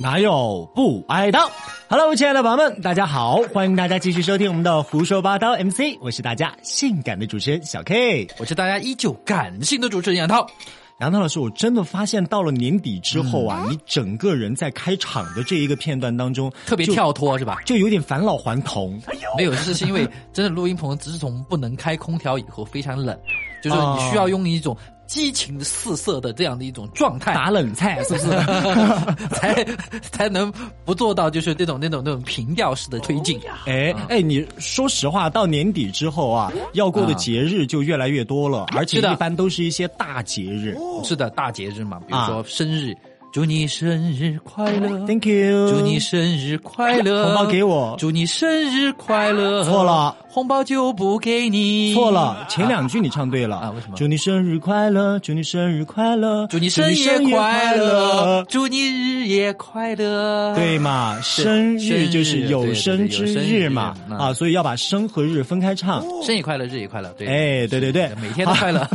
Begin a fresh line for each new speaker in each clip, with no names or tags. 哪有不挨刀？Hello，亲爱的宝宝们，大家好，欢迎大家继续收听我们的胡说八道 MC，我是大家性感的主持人小 K。
我是大家依旧感性的主持人杨涛。
杨涛老师，我真的发现到了年底之后啊，
嗯
你整个人在开场的这一个片段当中，
特别
就，
跳哎脱是吧？
就有点返老还童。
没有，这是因为 真的录音棚自从不能开空调以后非常冷，就是
哦
你需要用一种激情四射的这样的一种状态
打冷菜是不是？
才才能不做到就是那种那种那种平调式的推进呀。
哎哎，你说实话，到年底之后啊，要过的节日就越来越多了，而
嗯
且
是的哦
一般都是一些大节日。
是的，大节日嘛，
啊
比如说生日，祝你生日快乐。
Thank you，
祝你生日快乐！
红包给我
祝你生日快乐！
错了，
红包就不给你。
错了，前两句你唱对了
啊为什么
祝你生日快乐，祝你生日快乐，
祝你生
日
日快乐
乐，
祝你日夜快乐。
对？嘛？生日就是有生之日嘛
对对对有生之日嗯哦
啊，所以要把生和日分开唱。
生日快乐，日夜快乐。对，
哎，对对对，
每天都快 乐。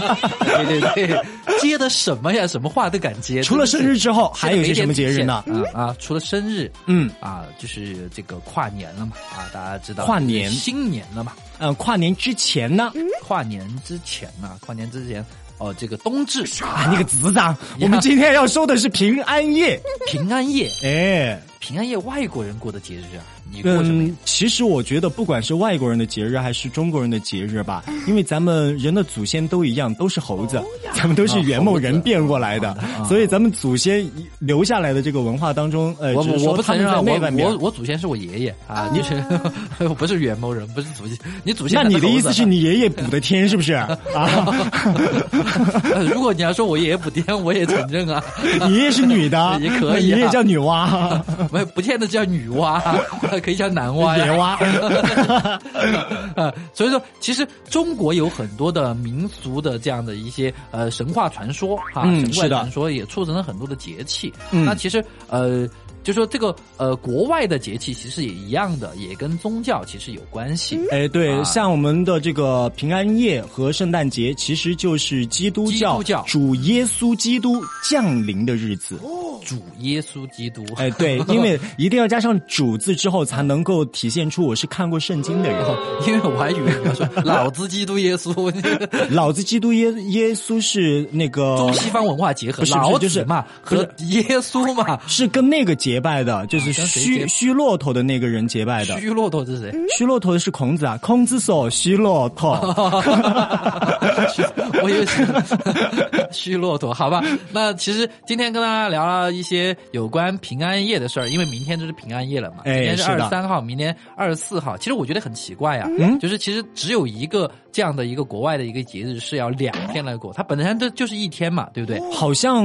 对对对，接的什么呀？什么话都敢接。
除了生日之后，还有一些什么节日呢？
啊啊，除了生日，
嗯
啊，就是这个跨年了嘛，啊，大家知道
跨年
新年了嘛，
嗯，跨年之前呢？
跨年之前呐，跨年之前，哦、这个冬至
啊，那个子长，
呀
我们今天要说的是平安夜。
平安夜，
哎，
平安夜外国人过的节日啊，你过什么呀？
嗯，其实我觉得，不管是外国人的节日还是中国人的节日吧，
哎
因为咱们人的祖先都一样，都是猴
哦
子，咱们都是元谋人变过来的，所以咱们祖先留下来的这个文化当中，呃，
我
只是
我
说
不
他
承
们
认啊，
在
我
内外
我
面。
我祖先是我爷爷啊，你是 我不是元谋人，不是祖先，你祖先
那
哪
你的意
猴子
思是你爷爷补的天是不 是啊？
啊？ 如果你要说我爷爷补天，我也承认啊，
你爷爷是女的，
也可以啊
你爷爷叫女 娲，
没有不见得叫女娲，啊 可以叫男娲
野
哎呀。
娲。
啊，所以说，其实中国有很多的民俗的这样的一些呃神话传说啊，
嗯
神话
是的
传说也促成了很多的节气。
嗯
那其实呃，就说这个呃，国外的节气其实也一样的，也跟宗教其实有关系。
哎，对，
啊
像我们的这个平安夜和圣诞节，其实就是基督教
基督教
主耶稣基督降临的日子。
主耶稣基督，
哎，对，因为一定要加上“主”字之后，才能够体现出我是看过圣经的人。
因为我还以为你要 说老子基督耶稣，
老子基督耶耶稣是那个
中西方文化结合，
不是不是
老
就是
子嘛和
不是
耶稣嘛，
是跟那个结拜的，就是
跟谁结
虚虚骆驼的那个人结拜的。
虚骆驼是谁？
虚骆驼是孔子啊，孔子说虚骆
哦
驼。
我以为是虚骆驼，好吧。那其实今天跟大家聊了一些有关平安夜的事儿，因为明天就是平安夜了嘛。
哎
今天是
是
二
的
十三号，明天二十四号。其实我觉得很奇怪啊，
嗯
就是其实只有一个这样的一个国外的一个节日是要两天来过，它本身这就是一天嘛，对不对？
好像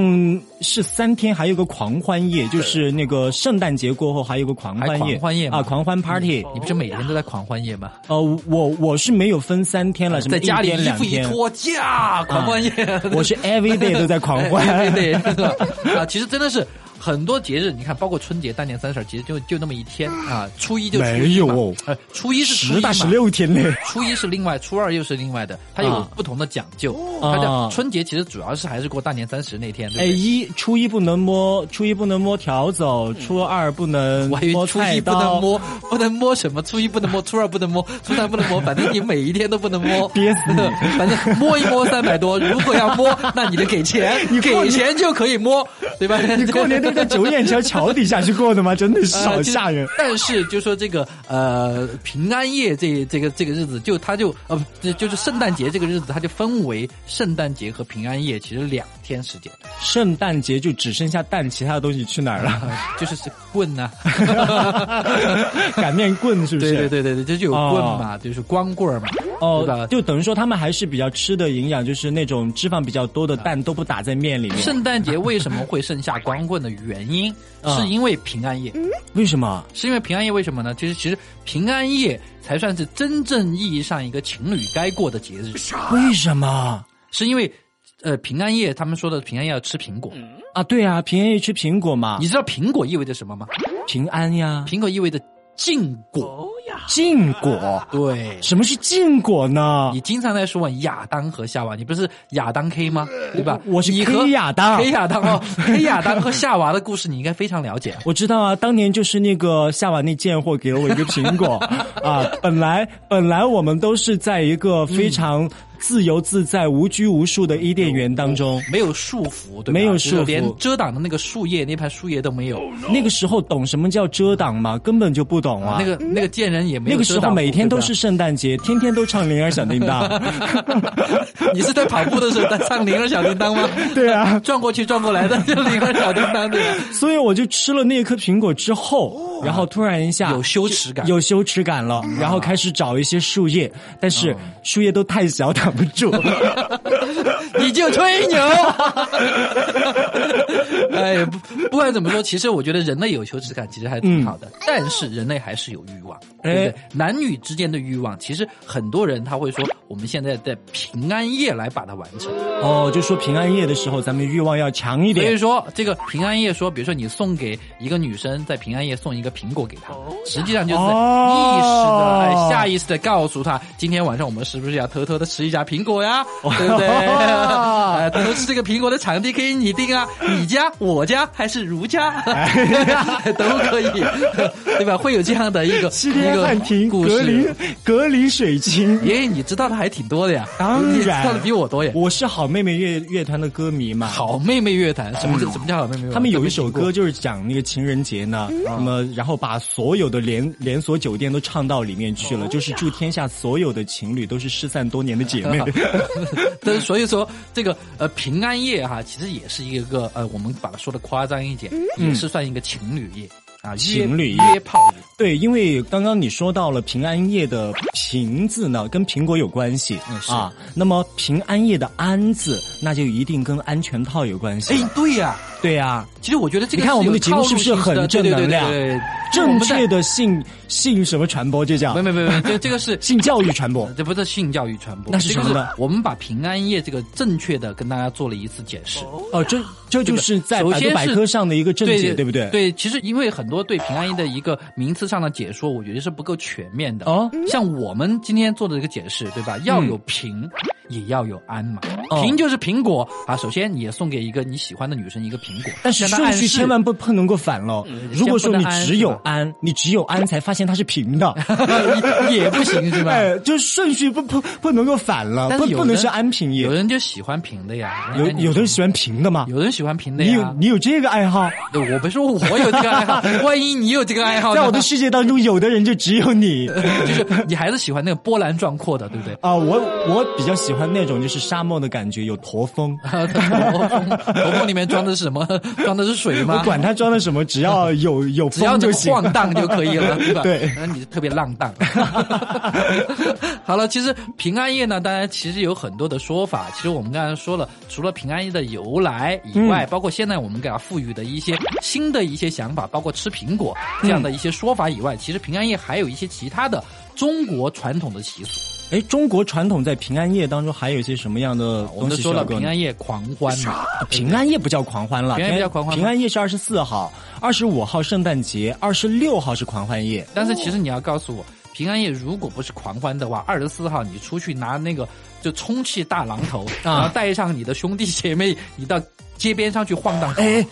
是三天，还有个狂欢夜，就是那个圣诞节过后还有个狂欢
还
夜，
狂欢夜嘛嗯哦
啊，狂欢 party。
你不是每天都在狂欢夜吗？
呃，我我是没有分三天了，什么
在
一
家里
天
衣
两
服一
天，嗯
脱，驾狂欢夜。
我是 every day 都在狂
对
欢。
哎对对，是吧啊，其实真的是很多节日，你看，包括春节、大年三十儿，其实就就那么一天啊，初一就初一
没有
嘛
哦
呃初一是初
十
一
大
嘛
十六天嘞。
初一是另外，初二又是另外的，它有
啊
不同的讲究。
啊
它的春节其实主要是还是过大年三十那天，
哎，
对不对？
一初一不能摸，初一不能摸笤帚，初二不
嗯
能
我还以
摸
为初
菜
一不能
刀，
摸，不能摸什么？初一不能摸，初二不能摸，初三不能摸，反正你每一天都不能摸，
憋死你！
反正摸一摸三百多，如果要摸，那你得给钱，
你过年
给钱就可以摸，对吧？
你过年都在九眼桥桥底下去过的吗？真的是
呃
好
其实
吓 人。
但是就说这个呃平安夜这这个这个日子，就它就呃不就就是圣诞节这个日子，它就分为圣诞节和平安夜，其实两天时 间，
圣诞节就只剩下蛋，其他的东西去哪儿了？
就是是棍啊呐、
擀面棍是不是？
对对对对对，这就有棍嘛，就是光棍嘛。
哦，
对吧
就等于说他们还是比较吃的营养，就是那种脂肪比较多的蛋都不打在面里面。
圣诞节为什么会剩下光棍的原因，
嗯
是因为平安夜，
为什么？
是因为平安夜为什么呢？就是其实平安夜才算是真正意义上一个情侣该过的节日，
为什么
是因为呃平安夜他们说的平安夜要吃苹果，
啊？对啊，平安夜吃苹果嘛
你，知道苹果意味着什么吗？
平安呀，
苹果意味着禁
哦
果，
禁果。
对。
什么是禁果呢
你？经常在说亚当和夏娃，你不是亚当 K 吗？对吧？
嗯我是
你和
K 亚当
，K 亚当 哦，K 亚当和夏娃的故事你应该非常了解。
我知道啊，当年就是那个夏娃那贱货给了我一个苹 果啊，本来本来我们都是在一个非常自由自在、无拘无束的伊甸园当中。
没有束缚，对吧
没有
就是
束缚
连遮挡的那个树叶，那盘树叶都没有。
那个时候懂什么叫遮挡吗？根本就不懂啊。
嗯那个那个贱人也没
那
有
个
遮
时
挡
候
物
每天都
对吧
是圣诞节，天天都唱《铃儿小叮当》。
你是在跑步的时候在唱铃儿小叮当吗？
对啊
转过去转过来的就铃儿小叮当，对吧？
所以我就吃了那颗苹果之后，然后突然一下
哦有羞耻感啊
啊有羞耻感了，然后开始找一些树叶，但
哦
是树叶都太小挡不 住。
你就吹牛。哎，不不管怎么说，其实我觉得人类有羞耻感其实还挺好的，但是人类还是有欲望，对不对？男女之间的欲望，其实很多人他会说，我们现在在平安夜来把它完成。
哦，就说平安夜的时候，咱们欲望要强一
所以
点。
说，这个平安夜说，比如说你送给一个女生，在平安夜送一个苹果给她，实际上就是在
哦
意识的、哎下意识的告诉她，今天晚上我们是不是要偷偷的吃一下苹果呀？对不对？
哦
哎偷偷吃这个苹果的场地可以你定啊，你家、我家还是如家， 都可以， 对吧？会有这样的一个
西天汉
一
庭
个故
隔离
事。
隔离水 晶。
爷爷，你知道的还挺多的呀，
当然
你知道的比我多耶。
我是好妹妹乐乐团的歌迷嘛，
好妹妹乐坛，什么叫什么叫好妹妹乐坛？
嗯他们有一首
都没听过
歌就是讲那个情人节呢，
嗯
那么然后把所有的连连锁酒店都唱到里面
哦
去了，就是祝天下所有的情侣都是失散多年的姐 妹。
但是所以说，这个呃平安夜哈、其实也是一个呃，我们把它说的夸张一点，也是算一个情侣夜啊，约
嗯情侣夜
约炮夜。
对，因为刚刚你说到了平安夜的“平”字呢，跟苹果有关系、
嗯是
啊。那么平安夜的“安”字，那就一定跟安全套有关系了。
哎，对呀、
对呀、
其实我觉得这个
你看我们的
有
节目
套路
是不是
性质的对
很正能量
对对对对
正确
的，
的性性什么传播就叫
没没没没，这这个是
性教育传播。
这不是性教育传播，
那是
这个
什么呢
我们把平安夜这个正确的跟大家做了一次解释。
哦，这这就是在
首
百度
先
百
是
科上的一个正解，对不对？
对，其实因为很多对平安夜的一个名词上的解说，我觉得是不够全面的。
哦，嗯
像我们今天做的这个解释，对吧？要有平，也要有安嘛。
哦
平就是苹果啊，首先你也送给一个你喜欢的女生一个苹果，
但是
向她
顺
暗
序
示
千万不不能够反了。如果说你只有
嗯先不
安，你只有安才发现它是 平的，
也也不行是吧？
哎，就顺序不不不能够反了，
但
不
是有
不能
人
是安平也
有。人就喜欢平的呀，
有
那你
有的人喜欢平的吗？
有人喜欢平的
你有
呀。
你有这个爱好，
对我不是说我有这个爱好， 万一你有这个爱好呢，
在我的世界当中，有的人就只有你
就是你还是喜欢那个波澜壮阔的，对不对？
啊！我我比较喜欢那种就是沙漠的感觉，有驼峰。
啊驼峰，驼峰里面装的是什么？装的是水吗
我？管它装的什么，只要有有
只要
风
这
就
个
行。
晃荡就可以 了，对吧？
对
那你就特别浪荡。 好了，其实平安夜呢，当然其实有很多的说法。其实我们刚才说了，除了平安夜的由来以外，
嗯
包括现在我们给它赋予的一些新的一些想法，包括吃苹果这样的一些说法以
嗯
外，其实平安夜还有一些其他的中国传统的习俗。
哎，中国传统在平安夜当中还有一些什么样的
啊我
东
们都
西需
说
要
了
跟
平安夜狂欢嘛，
平安夜不叫狂欢了，
平安夜不叫狂欢吗
平安夜是二十四号、二十五号圣诞节，二十六号是狂欢夜。
但是其实你要告诉我，平安夜如果不是狂欢的话，二十四号你出去拿那个就充气大榔头，
啊
然后带上你的兄弟姐妹，你到街边上去晃荡，
哎，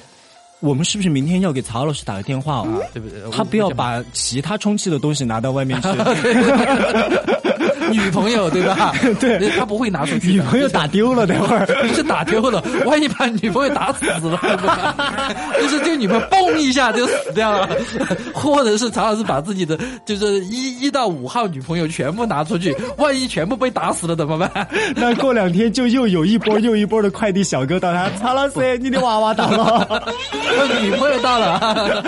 我们是不是明天要给曹老师打个电话哦？
对不对？
他
我
不要
我讲
把其他充气的东西拿到外面去，
女朋友对 吧？对，他不会拿出去的。
女朋友打丢了，等 会儿。
不是打丢了，万一把女朋友打死了， 就是这个女朋友嘣一下就死掉了，或者是常老师把自己的就是一一到五号女朋友全部拿出去，万一全部被打死了怎么办？
那过两天就又有一波又一波的快递小哥到他，曹老师，你的娃娃 到了。
女朋友到了，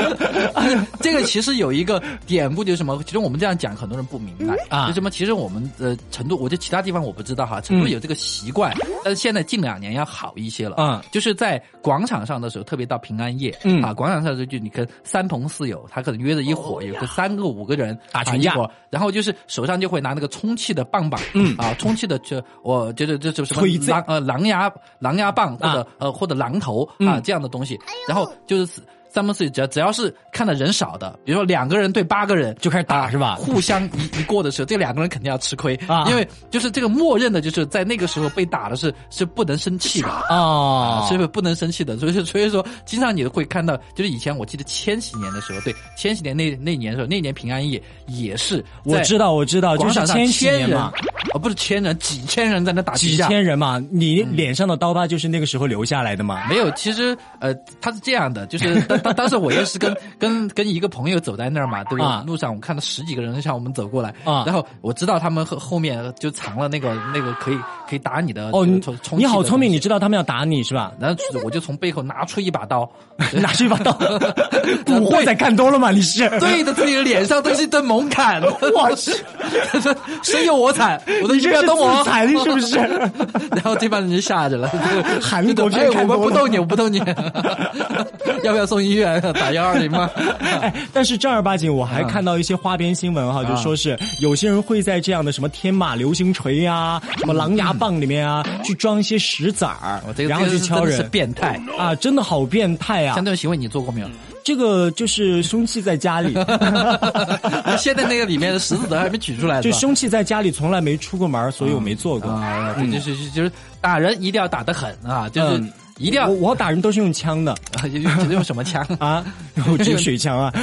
这个其实有一个典故，就是什么？其实我们这样讲，很多人不明白
啊
就什么？其实我们呃成都，我觉得其他地方我不知道哈，成都有这个习惯，但是现在近两年要好一些了。
嗯
就是在广场上的时候，特别到平安夜，
嗯哦
啊，广场上的时候就你跟三朋四友，他可能约着一伙，有个三个五个人
打群
啊
架
一伙然后就是手上就会拿那个充气的棒棒，
嗯
啊，充气的就我就是这这什么
推子啊
狼呃狼牙狼牙棒或者、呃或者榔头啊、
嗯
这样的东西，然后就是。三朋四友只要只要是看到人少的，比如说两个人对八个人，
就开始打
啊
是吧
互相一一过的时候，这两个人肯定要吃亏
啊
因为就是这个默认的就是在那个时候被打的是是不能生气的。
哦，
是不是不能生气啊的？所 以说，所以说，经常你会看到，就是以前我记得千禧年的时候，对，千禧年那那年的时候，那年平安夜也是，
我知道，我知道，就
广
是
场上
千禧
千
年
人
嘛，，
哦，不是千人，几千人在那打群
几
架。
千人嘛，你脸上的刀疤就是那个时候留下来的嘛。
没有，其实呃，他是这样的，就是当当当时我也是跟 跟跟一个朋友走在那儿嘛，对不对？
啊
路上我看到十几个人向我们走过来，
啊
然后我知道他们后后面就藏了那个那个可以可以打你的
哦，你
冲冲
你
气
好
的
聪明，
东西
你知道他们要打你是吧？
然后我就从背后拿出一把刀，
拿出一把 刀，捕获仔看多了嘛？你是？
对着自己的脸上，这是一顿猛砍。
我 去，
深有我惨，我的你
你
不
这
要
是
动我，
自 残是不是
然后这帮人就吓着了，就是
韩国
就懂
片
哎，
看
我
多
们
了
不动你，我不 动你，要不要送医院打幺二零 吗？
哎，但是正儿八经，我还看到一些花边新闻哈，就说是有些人会在这样的什么天马流星锤啊、什么狼牙棒里面啊，去装一些石子儿
我，这个
然后
这
去
个
敲
真的
人
是。变态。
啊，真的好变态啊
相！对行为你做过没有？
这个就是凶器在家 里，
现在那个里面的石子都还没取出来，
就是
吧
凶器在家里从来没出过门儿，所以我没做过。
啊，对，就是就是就是打人一定要打得狠啊，就是
嗯
一定要
我 我打人都是用枪的
用用什么枪？
啊，我只有水枪啊。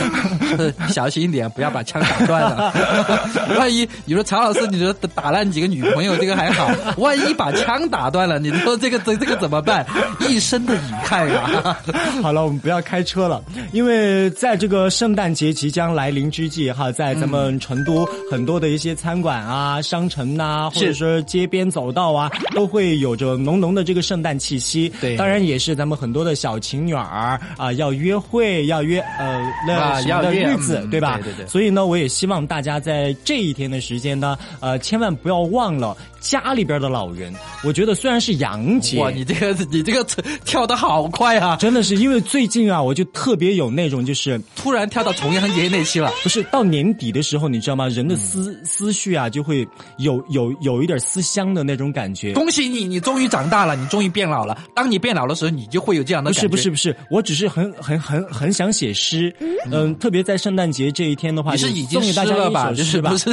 小心一点，不要把枪打断了。 万一你说曹老师，你说打烂几个女朋友这个还好，万一把枪打断了，你说这个这这个怎么办？一身的遗憾啊！
好了，我们不要开车了，因为在这个圣诞节即将来临之际，哈，在咱们成都很多的一些餐馆啊、商城呐、或者说街边走道啊，都会有着浓浓的这个圣诞气息。
对
当然也是咱们很多的小情侣儿啊、要约会，要约呃那
啊
什么的
要约
日子，
嗯
对吧？
对对对
所以呢，我也希望大家在这一天的时间呢，呃，千万不要忘了家里边的老人。我觉得虽然是洋节，
哇，你这个你这个跳的好快啊！
真的是因为最近啊，我就特别有那种就是。
突然跳到重阳节那期了。
不是到年底的时候，你知道吗？人的
嗯
思、思绪啊，就会有有有一点思乡的那种感觉。
恭喜你，你终于长大了，你终于变老了。当你变老的时候，你就会有这样的
不
感
是
觉。
不是，不是，我只是很很很很想写诗。嗯，特别在圣诞节这一天的话，
你是
就
已经
送给
湿
大家
了吧？
一首
就
诗
是
吧
不？是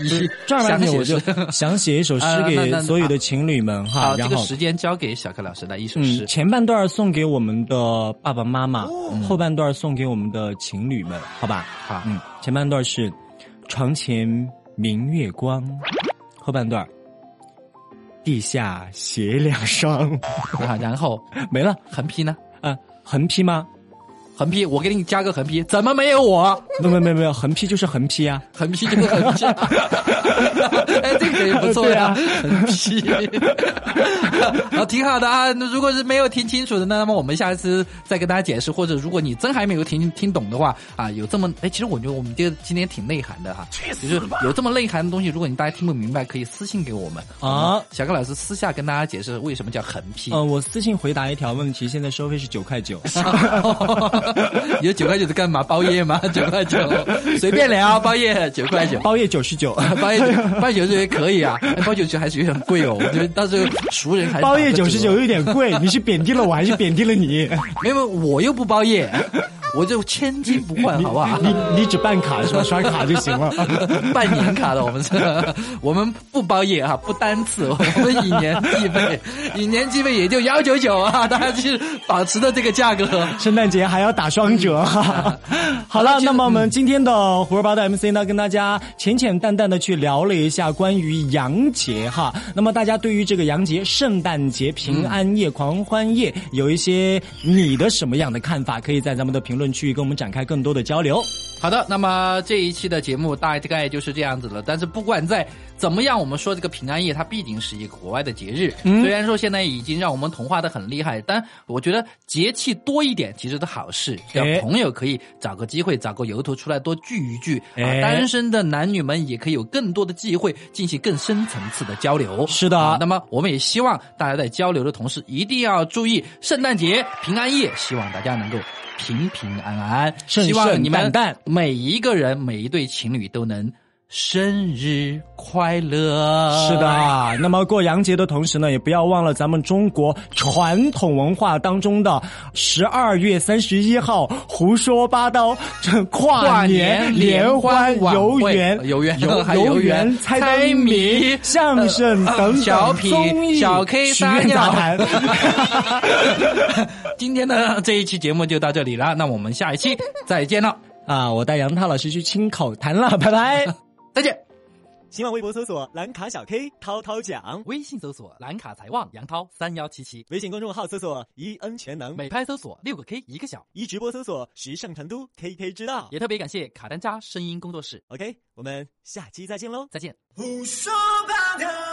已经
正儿八
想
经，
写
我就是 想写一首 诗
啊那
给
那
所有的情侣们哈
好，，这
然
个
后
时间交给小柯老师来一首诗
嗯，。前半段送给我们的爸爸妈妈，后半段送给我们的情侣们，好吧？
哦好，
嗯，前半段是床前明月光，后半段地下鞋两双，
啊，然后
没了
横批呢？
啊。横批吗？
横批，我给你加个横批，怎么没有我？
没有没有没有，横批就是横 批啊！
横批就是横批，哎，这个也不错呀，横批， 啊，挺好的啊。那如果是没有听清楚的，那么我们下次再跟大家解释，或者如果你真还没有听听懂的话，啊，有这么，哎，其实我觉得我们这个今天挺内涵的哈，就是有这么内涵的东西，如果你大家听不明白，可以私信给我们
啊。
小高老师私下跟大家解释为什么叫横批。
嗯、我私信回答一条问题，现在收费是九块九。
你说九块九是干嘛？包夜吗？九块九，随便聊，包夜九块九。
包夜九十九，
包夜酒，包夜酒也可以啊，哎包夜酒还是有点贵哦。我觉得到时候熟人还是
包夜九十九
打个折，
有点贵，你是贬低了我还是贬低了你？
没有，我又不包夜，我就千金不换，好不好？
你你只办卡是吧？刷卡就 行了。
办年卡的，我们是，我们不包夜啊，不单次，我们以年计费，以年计费也就幺九九啊，大家就是保持着这个价格。
圣诞节还要打双折 哈。好了，那么我
嗯
们今天的胡说八道 MC 呢，跟大家浅浅淡淡的去聊了一下关于洋节哈。那么大家对于这个洋节、圣诞节、平安夜、狂欢夜有一些你的什么样的看法？可以在咱们的评论。论区跟我们展开更多的交流。
好的，那么这一期的节目大概就是这样子了。但是不管在怎么样，我们说这个平安夜，它毕竟是一个国外的节日。
嗯
虽然说现在已经让我们同化的很厉害，但我觉得节气多一点其实是好事，让
哎
朋友可以找个机会，找个由头出来多聚一聚。
哎
啊，单身的男女们也可以有更多的机会进行更深层次的交流。
是的
啊那么我们也希望大家在交流的同时，一定要注意圣诞节、平安夜，希望大家能够平平安安。
圣
希望你们
圣诞
每一个人、每一对情侣都能生日快乐。
是的，，
呃
那么过洋节的同时呢，也不要忘了咱们中国传统文化当中的十二月三十一号胡说八道这跨
跨
年
年
联欢
晚
游
会
园、
游园
游
还
游
游园
园猜
猜
灯谜
谜、
相声
呃
等等
小品
综艺、
小 K
许愿
撒
杂
尿
谈。
今天的这一期节目就到这里了，那我们下一期再见了，
啊，我带杨涛老师去清口痰了，拜 拜。
再见。
新浪微博搜索“蓝卡小 K 涛涛讲
微信搜索“蓝卡财旺杨涛三幺七七”，”，
微信公众号搜索“一恩全能
美拍搜索六个 K 一个小”，。
一直播搜索“时尚成都 KK 之道
也特别感谢卡丹加声音工作室，”。
OK，我们下期再见喽！
再见。
胡说八道。